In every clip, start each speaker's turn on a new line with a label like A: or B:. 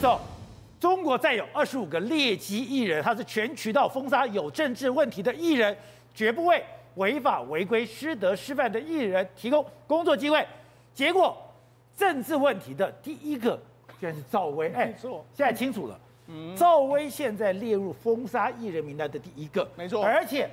A: 时候，中国再有二十五个劣迹艺人，他是全渠道封杀有政治问题的艺人，绝不为违法违规、失德失范的艺人提供工作机会。结果，政治问题的第一个居然是赵薇，哎，
B: 错嗯
A: 现在清楚了。赵薇现在列入封杀艺人名单的第一个，
B: 没错
A: 而且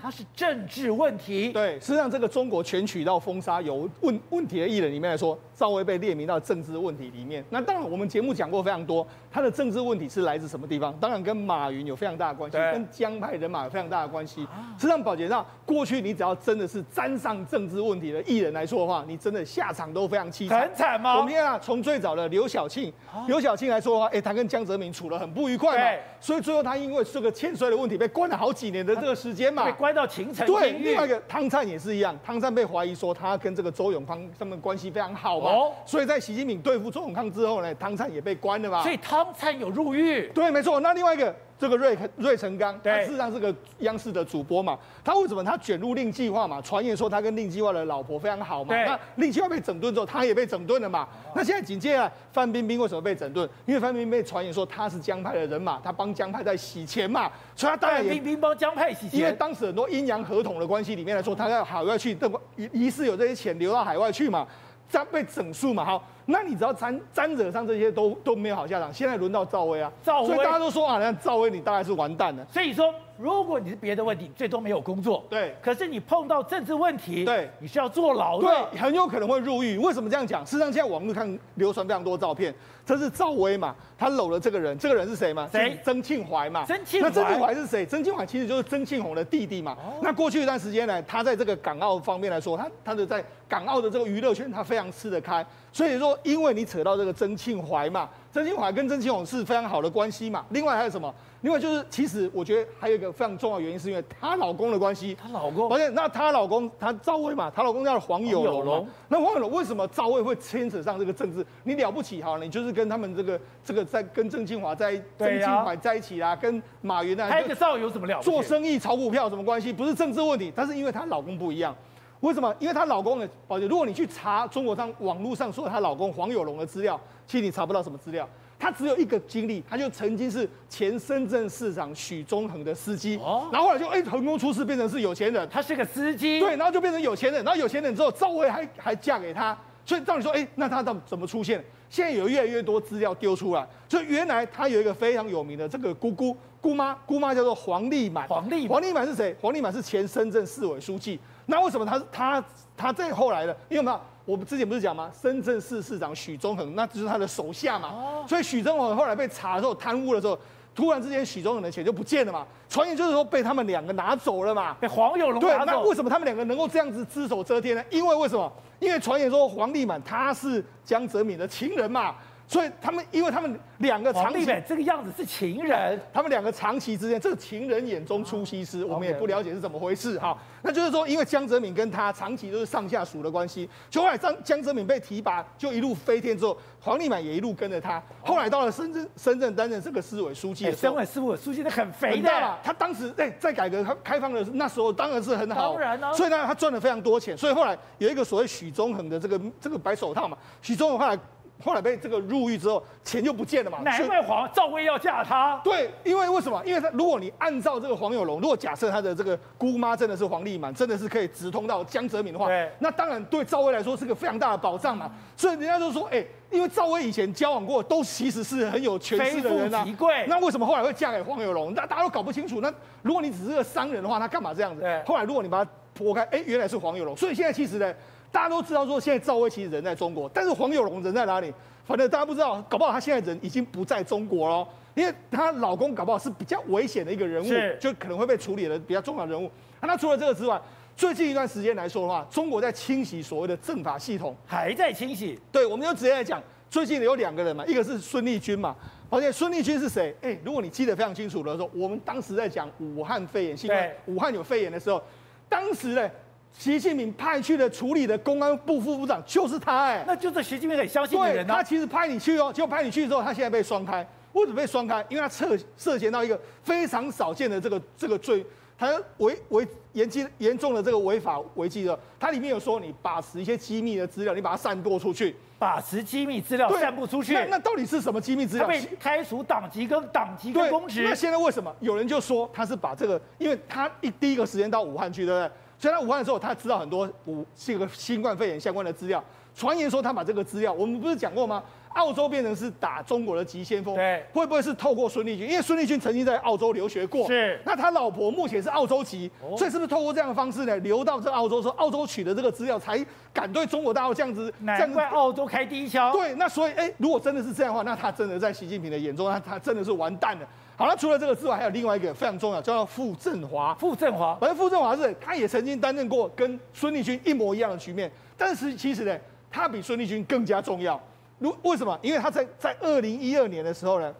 A: 她是政治问题，
B: 对，实际上这个中国全渠道封杀有问问题的艺人里面来说，赵薇被列名到政治问题里面。那当然，我们节目讲过非常多，她的政治问题是来自什么地方？当然跟马云有非常大的关系，
A: 对啊
B: 跟江派人马有非常大的关系。实际上，保洁上过去你只要真的是沾上政治问题的艺人来说的话，你真的下场都非常凄惨
A: 很。惨吗？啊
B: 我们看啊，从最早的刘晓庆，刘晓庆来说的话，哎、她跟江泽民处得很不愉快嘛
A: 对，
B: 所以最后她因为这个欠税的问题被关了好几年的这个时间嘛
A: 被，关到秦城
B: 对，
A: 监狱
B: 另，外一个汤灿也是一样，汤灿被怀疑说他跟这个周永康他们关系非常好嘛，
A: 哦
B: 所以在习近平对付周永康之后呢，汤灿也被关了嘛。
A: 所以汤灿有入狱，
B: 对，没错。那另外一个这个瑞瑞成刚，
A: 对
B: 他事实上是个央视的主播嘛，他为什么他卷入令计划嘛？传言说他跟令计划的老婆非常好嘛。
A: 对
B: 那令计划被整顿之后，他也被整顿了嘛。那现在紧接着范冰冰为什么被整顿？因为范冰冰被传言说他是江派的人嘛，他帮江派在洗钱嘛，所以他当然
A: 范
B: 也
A: 冰冰帮江派洗
B: 因为
A: 钱，
B: 当时很多阴阳合同的关系里面来说，他在海外去，这个疑疑似有这些钱流到海外去嘛，沾被整数嘛。好，那你只要沾沾惹上这些都都没有好下场。现在轮到赵薇啊，
A: 赵薇
B: 所以大家都说啊，那赵薇你大概是完蛋了。
A: 所以说，如果你是别的问题，最终没有工作，
B: 对
A: 可是你碰到政治问题，
B: 对
A: 你是要坐牢的，
B: 对，很有可能会入狱。为什么这样讲？事实上，现在网络看流传非常多照片，这是赵薇嘛，她搂了这个人，这个人是谁嘛？
A: 谁
B: 就是曾庆怀嘛。
A: 曾庆怀哦
B: 那曾庆怀是谁？曾庆怀其实就是曾庆红的弟弟嘛。那过去一段时间呢，他在这个港澳方面来说，他他的在港澳的这个娱乐圈，他非常吃得开。所以说，因为你扯到这个曾庆怀嘛，曾庆怀跟曾庆红是非常好的关系嘛。另外还有什么？另外就是，其实我觉得还有一个非常重要的原因，是因为她老公的关系。
A: 她老公
B: 而且那她老公，她赵薇嘛，她老公叫黄有
A: 哦黄有
B: 龙
A: 龙
B: 嘛。那黄有龙为什么赵薇会牵扯上这个政治？你了不起好了，你就是跟他们这个这个在跟郑清华在
A: 对
B: 郑
A: 呀
B: 清华在一起啦，跟马云啊，
A: 拍
B: 就
A: 个照有什么了不起？
B: 做生意炒股票有什么关系？不是政治问题，但是因为她老公不一样。为什么？因为她老公呢，宝姐，如果你去查中国上网络上说她老公黄有龙的资料，其实你查不到什么资料。她只有一个经历，她就曾经是前深圳市长许宗衡的司机，
A: 哦
B: 然后后来就哎横空出世变成是有钱人，
A: 他是个司机，
B: 对，然后就变成有钱人，然后有钱人之后，赵薇还还嫁给他，所以照理说，哎、那他怎么怎么出现？现在有越来越多资料丢出来，所以原来他有一个非常有名的这个姑姑姑妈，姑妈叫做黄丽满。
A: 黄丽满
B: 黄丽满是谁？黄丽满是前深圳市委书记。那为什么他他他在后来的？因为嘛，我们之前不是讲吗？深圳市市长许宗衡，那就是他的手下嘛。
A: 哦
B: 所以许宗衡后来被查的时候，贪污的时候，突然之间许宗衡的钱就不见了嘛。传言就是说被他们两个拿走了嘛。
A: 被黄有龙
B: 对
A: 打，
B: 那
A: 走
B: 为，什么他们两个能够这样子只手遮天呢？因为为什么？因为传言说黄丽满她是江泽民的情人嘛，所以他们因为他们两个
A: 黄
B: 长
A: 立
B: 期，
A: 美这个样子是情人，
B: 他们两个长期之间，这个情人眼中出西施，我们也
A: OK，OK
B: 不了解是怎么回事哈。那就是说，因为江泽民跟他长期都是上下属的关系，就后来江江泽民被提拔，就一路飞天之后，黄丽满也一路跟着他，后来到了深圳，深圳担任这个市委书记
A: 哎
B: 的时
A: 深
B: 候。
A: 委师傅书记的很肥
B: 很大嘛
A: 的，，
B: 哎他当时哎在在改革开开放的那时候，当然是很好，
A: 当然啊
B: 所以呢，他赚了非常多钱。所以后来有一个所谓许宗衡的这个这个白手套嘛，许宗衡后来后来被这个入狱之后，钱就不见了嘛。
A: 难
B: 所以
A: 怪黄赵薇要嫁他，
B: 对，因为为什么？因为他如果你按照这个黄有龙，如果假设他的这个姑妈真的是黄丽满，真的是可以直通到江泽民的话
A: 对，
B: 那当然对赵薇来说是个非常大的保障嘛。所以人家就说，哎、因为赵薇以前交往过，都其实是很有权势的人
A: 非
B: 啊
A: 富即贵。
B: 那为什么后来会嫁给黄有龙？那大家都搞不清楚。那如果你只是个商人的话，他干嘛这样子
A: 对？
B: 后来如果你把它剖开，哎、原来是黄有龙。所以现在其实呢，大家都知道说，现在赵薇其实人在中国，但是黄有龙人在哪里？反正大家不知道，搞不好他现在人已经不在中国喽。因为她老公搞不好是比较危险的一个人物
A: 是，
B: 就可能会被处理的比较重要的人物。啊那除了这个之外，最近一段时间来说的话，中国在清洗所谓的政法系统。
A: 还在清洗，
B: 对，我们就直接来讲，最近有两个人嘛，一个是孙立军嘛，而且孙立军是谁？哎、如果你记得非常清楚的时候，我们当时在讲武汉肺炎新冠，武汉有肺炎的时候，当时呢，习近平派去的处理的公安部副部长就是他、哎，
A: 那就是习近平很相信的
B: 对，
A: 人啊呢
B: 他。其实派你去哦，结果派你去之后，他现在被双开。为什么被双开？因为他涉涉嫌到一个非常少见的这个这个罪他违违严禁严重的这个违法违纪的，它里面有说你把持一些机密的资料，你把它散播出去，
A: 把持机密资料
B: 对
A: 散布出去
B: 那，那到底是什么机密资
A: 他
B: 料？
A: 被开除党籍跟党籍跟
B: 对，
A: 公职
B: 那。现在为什么有人就说他是把这个，因为他一第一个时间到武汉去，对不对？所以他武汉的时候，他知道很多武这个新冠肺炎相关的资料。传言说他把这个资料，我们不是讲过吗？澳洲变成是打中国的急先锋，
A: 嗯对
B: 会不会是透过孙立军？因为孙立军曾经在澳洲留学过，
A: 是
B: 那他老婆目前是澳洲籍，
A: 哦
B: 所以是不是透过这样的方式呢，流到这澳洲说澳洲取得这个资料，才敢对中国大陆这样子这样
A: 难
B: 子
A: 怪澳洲开第一枪。
B: 对，那所以哎、如果真的是这样的话，那他真的在习近平的眼中，那他真的是完蛋了。好了，除了这个之外，还有另外一个非常重要，叫做傅政华。
A: 傅振华
B: 而傅政华是他也曾经担任过跟孙立军一模一样的局面，但是其实呢，他比孙立军更加重要。如为什么？因为他在在二零一二年的时候呢，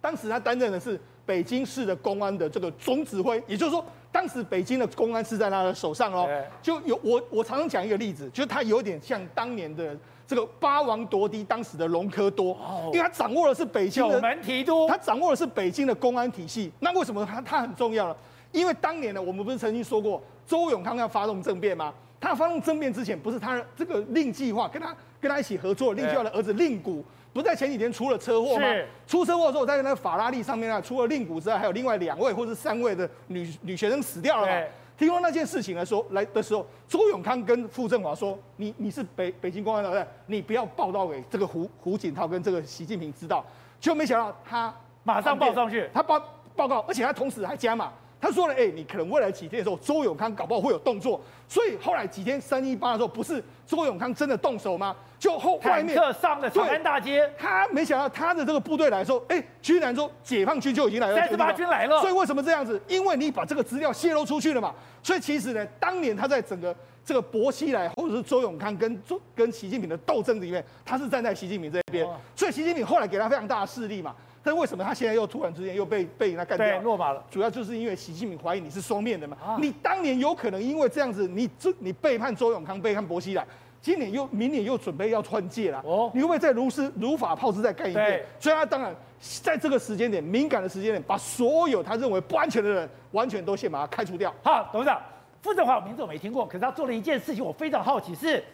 B: 当时他担任的是北京市的公安的这个总指挥，也就是说，当时北京的公安是在他的手上哦
A: 对。
B: 就有我我常常讲一个例子，就是他有点像当年的这个八王夺嫡当时的隆科多
A: 哦，
B: 因为他掌握的是北京
A: 九
B: 的
A: 门提督
B: 他，掌握的是北京的公安体系。那为什么他他很重要呢？因为当年呢，我们不是曾经说过周永康要发动政变吗？他发动政变之前，不是他这个令计划跟他跟他一起合作的令计划的儿子令谷，不是在前几天出了车祸吗
A: 是？
B: 出车祸之后，在那个法拉利上面呢，除了令谷之外，还有另外两位或是三位的女女学生死掉了嘛
A: 对。
B: 听说那件事情的时候，来的时候，周永康跟傅政华说：“你你是北北京公安的，对不对你不要报道给这个胡胡锦涛跟这个习近平知道。”就没想到他
A: 马上报上去
B: 他报报告，而且他同时还加码，他说了：“哎、你可能未来几天的时候，周永康搞不好会有动作。”所以后来几天三一八的时候，不是周永康真的动手吗？就后外
A: 坦
B: 面
A: 克上了长安大街，
B: 他没想到他的这个部队来的时候，哎、居然说解放军就已经来了，
A: 38军来了
B: 所以为什么这样子？因为你把这个资料泄露出去了嘛。所以其实呢，当年他在整个这个薄熙来或者是周永康跟周跟习近平的斗争里面，他是站在习近平这边
A: 哦，
B: 所以习近平后来给他非常大的势力嘛。但为什么他现在又突然之间又被被人家干掉
A: 对，
B: 了？
A: 落马了。
B: 主要就是因为习近平怀疑你是双面的嘛。
A: 啊
B: 你当年有可能因为这样子，你这你背叛周永康，背叛薄熙来，今年又明年又准备要换届了。
A: 哦
B: 哦，你会不会再如是如法炮制再干一遍
A: 对？
B: 所以他当然在这个时间点敏感的时间点，把所有他认为不安全的人，完全都先把他开除掉。
A: 好，董事长，傅振华我名字我没听过，可是他做了一件事情，我非常好奇是，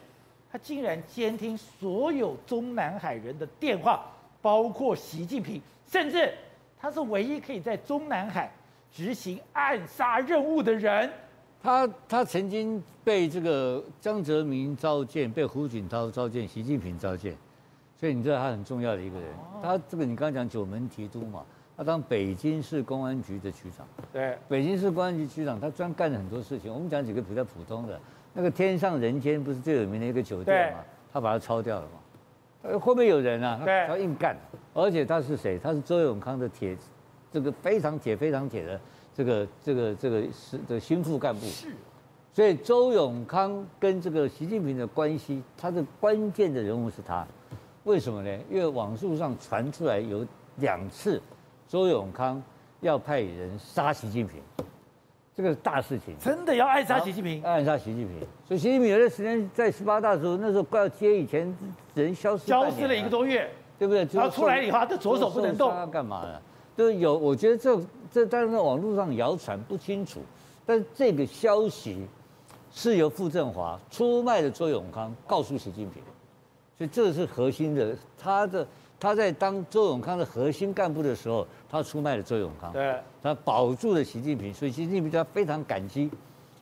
A: 他竟然监听所有中南海人的电话，包括习近平，甚至他是唯一可以在中南海执行暗杀任务的人。
C: 他他曾经被这个江泽民召见，被胡锦涛召见，习近平召见，所以你知道他很重要的一个人。他这个你刚刚讲九门提督嘛，他当北京市公安局的局长，
A: 对，
C: 北京市公安局局长，他专干了很多事情。我们讲几个比较普通的，那个天上人间不是最有名的一个酒店嘛，他把它抄掉了嘛。呃，后面有人啊，
A: 对
C: 他他硬干，而且他是谁？他是周永康的铁，这个非常铁、非常铁的这个这个这个是的心腹干部。是，所以周永康跟这个习近平的关系，他的关键的人物是他。为什么呢？因为网速上传出来有两次，周永康要派人杀习近平，这个是大事情。
A: 真的要暗杀习近平，
C: 暗杀习近平。所以习近平有段时间在十八大的时候，那时候快要接以前人消失半
A: 消
C: 年
A: 失了一个，多月。
C: 对不对？
A: 然后出来以后，他的左手不能动
C: 受。伤干嘛呢？就是有，我觉得这这当然在网络上谣传不清楚，但是这个消息是由傅政华出卖的周永康告诉习近平，所以这是核心的。他的他在当周永康的核心干部的时候，他出卖了周永康。
A: 对，
C: 他保住了习近平，所以习近平对他非常感激。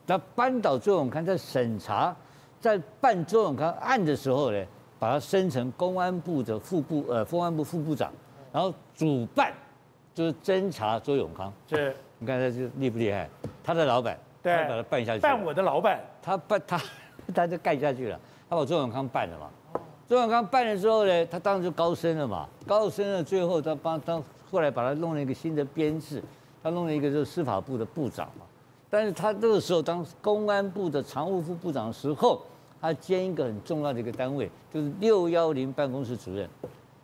C: 他扳倒周永康，在审查、在办周永康案的时候呢，把他升成公安部的副部呃公安部副部长，然后主办就是侦查周永康。
A: 是
C: 你看他这厉不厉害？他的老板，
A: 对
C: 他把他办下去了，
A: 办我的老板，
C: 他办他他就干下去了，他把周永康办了嘛。周永康办了之后呢，他当然就高升了嘛，高升了最后他帮他后来把他弄了一个新的编制，他弄了一个就是司法部的部长嘛。但是他那个时候当公安部的常务副部长的时候，他兼一个很重要的一个单位，就是六幺零办公室主任。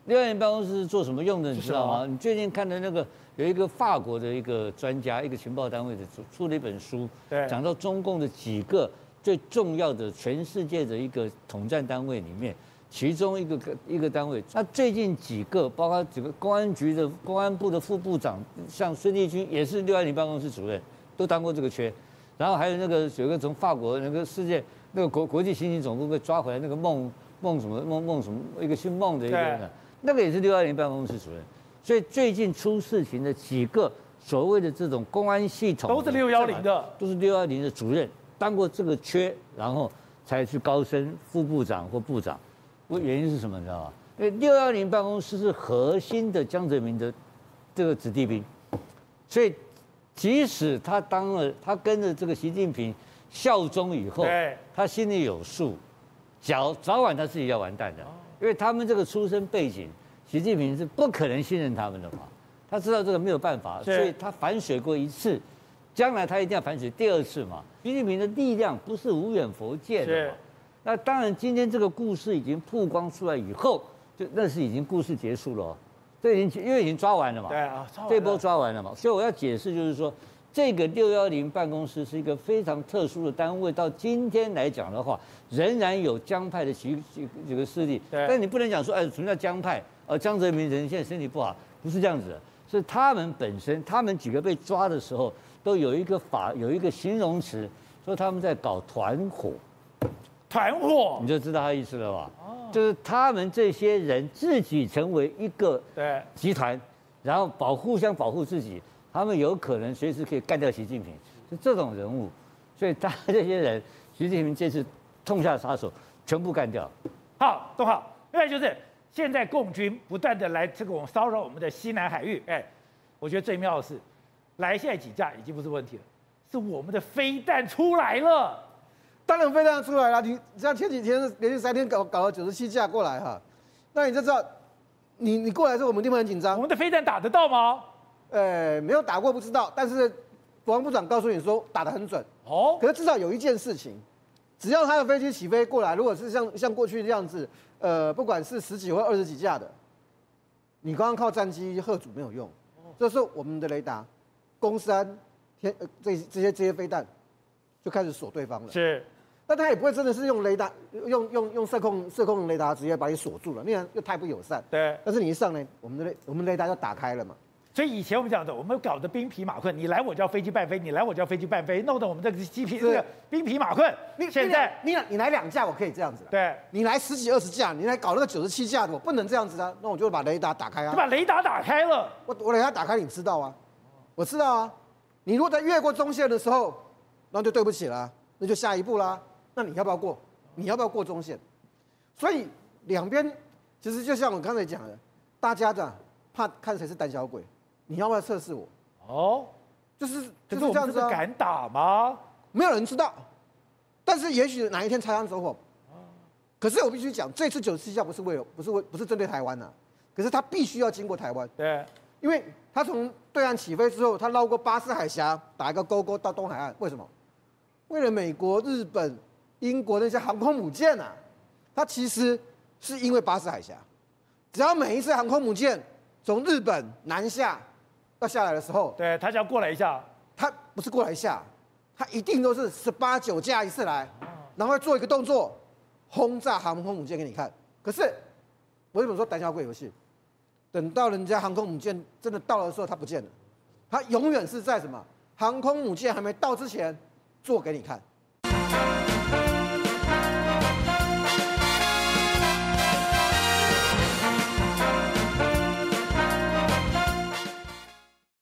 C: 六幺零办公室是做什么用的？你知道
A: 是
C: 啊吗？你最近看的那个有一个法国的一个专家，一个情报单位的出出了一本书，
A: 对
C: 讲到中共的几个最重要的全世界的一个统战单位里面，其中一个一个单位，那最近几个，包括几个公安局的公安部的副部长，像孙立军也是六二零办公室主任，都当过这个缺。然后还有那个有个从法国那个世界那个国国际刑警总部被抓回来那个孟孟什么孟孟什么一个姓孟的一个人
A: 对
C: 啊，那个也是六二零办公室主任。所以最近出事情的几个所谓的这种公安系统
A: 都是610的，
C: 都是六二零的主任当过这个缺，然后才去高升副部长或部长。我原因是什么？你知道吗？因为六幺零办公室是核心的江泽民的这个子弟兵，所以即使他当了，他跟着这个习近平效忠以后
A: 对，
C: 他心里有数，早早晚他自己要完蛋的，
A: 哦
C: 因为他们这个出身背景，习近平是不可能信任他们的嘛，他知道这个没有办法，
A: 是
C: 所以他反水过一次，将来他一定要反水第二次嘛。习近平的力量不是无远佛界的
A: 是
C: 嘛。那当然，今天这个故事已经曝光出来以后，就那是已经故事结束了、哦，这已经因为已经抓完了嘛。
A: 对啊，抓完了
C: 这波抓完了嘛，所以我要解释就是说，这个六幺零办公室是一个非常特殊的单位，到今天来讲的话，仍然有江派的几几几个势力，
A: 对
C: 但你不能讲说，哎，什么叫江派？呃，江泽民人现在身体不好，不是这样子的，是他们本身，他们几个被抓的时候，都有一个法，有一个形容词，说他们在搞团伙。
A: 团伙
C: 你，就知道他意思了吧？就是他们这些人自己成为一个
A: 对
C: 集团，然后保互相保护自己，他们有可能随时可以干掉习近平，是这种人物，所以他 这些人，习近平这次痛下杀手，全部干掉。
A: 好，东浩，另外就是现在共军不断的来这种骚扰我们的西南海域，哎，我觉得最妙的是，来现在几架已经不是问题了，是我们的飞弹出来了。
D: 当然非常出来了。你像前几天连续三天搞搞了九十七架过来哈，那你就知道，你你过来的时候我们一定会很紧
A: 我
D: 张
A: 们。的飞弹打得到吗？
D: 呃，没有打过不知道，但是国防部长告诉你说打得很准。
A: 哦，
D: 可是至少有一件事情，只要他的飞机起飞过来，如果是像像过去这样子，呃，不管是十几或二十几架的，你刚刚靠战机贺阻没有用，这时候我们的雷达、攻山、天、呃、这这些这些飞弹就开始锁对方了。
A: 是
D: 但他也不会真的是用雷达、用用用射控射控雷达直接把你锁住了，那样又太不友善。
A: 对，
D: 但是你一上来，我们的雷我们雷达就打开了嘛。
A: 所以以前我们讲的，我们搞得兵疲马困，你来我就要飞机半飞，你来我就要飞机半飞，弄得我们这个机皮这个兵疲马困。
D: 你
A: 现在
D: 你来你来两架，我可以这样子啦。啊
A: 对，
D: 你来十几二十架，你来搞那个九十七架的，我不能这样子啊，那我就把雷达打开
A: 就
D: 啊，
A: 把雷达打开了，
D: 我我雷达打开，你知道啊，我知道啊，你如果在越过中线的时候，那就对不起啦，那就下一步啦，那你要不要过？你要不要过中线？所以两边其实就像我刚才讲的，大家的怕看谁是胆小鬼，你要不要测试我？
A: 哦，
D: 就是
A: 可
D: 就是是
A: 我
D: 这
A: 们
D: 样
A: 这
D: 子
A: 个
D: 啊，
A: 敢打吗？
D: 没有人知道，但是也许哪一天擦枪走火。可是我必须讲，这次九十七架不是为了，不是为，不是针对台湾呐、啊可是它必须要经过台湾，
A: 对，
D: 因为它从对岸起飞之后，它绕过巴士海峡，打一个勾勾到东海岸，为什么？为了美国、日本、英国那些航空母舰啊，它其实是因为巴士海峡，只要每一次航空母舰从日本南下要下来的时候，
A: 对他只要过来一下，
D: 他不是过来一下，他一定都是十八九架一次来，然后做一个动作，轰炸航空母舰给你看。可是我为什么说胆小鬼游戏？等到人家航空母舰真的到的时候，它不见了，它永远是在什么航空母舰还没到之前做给你看。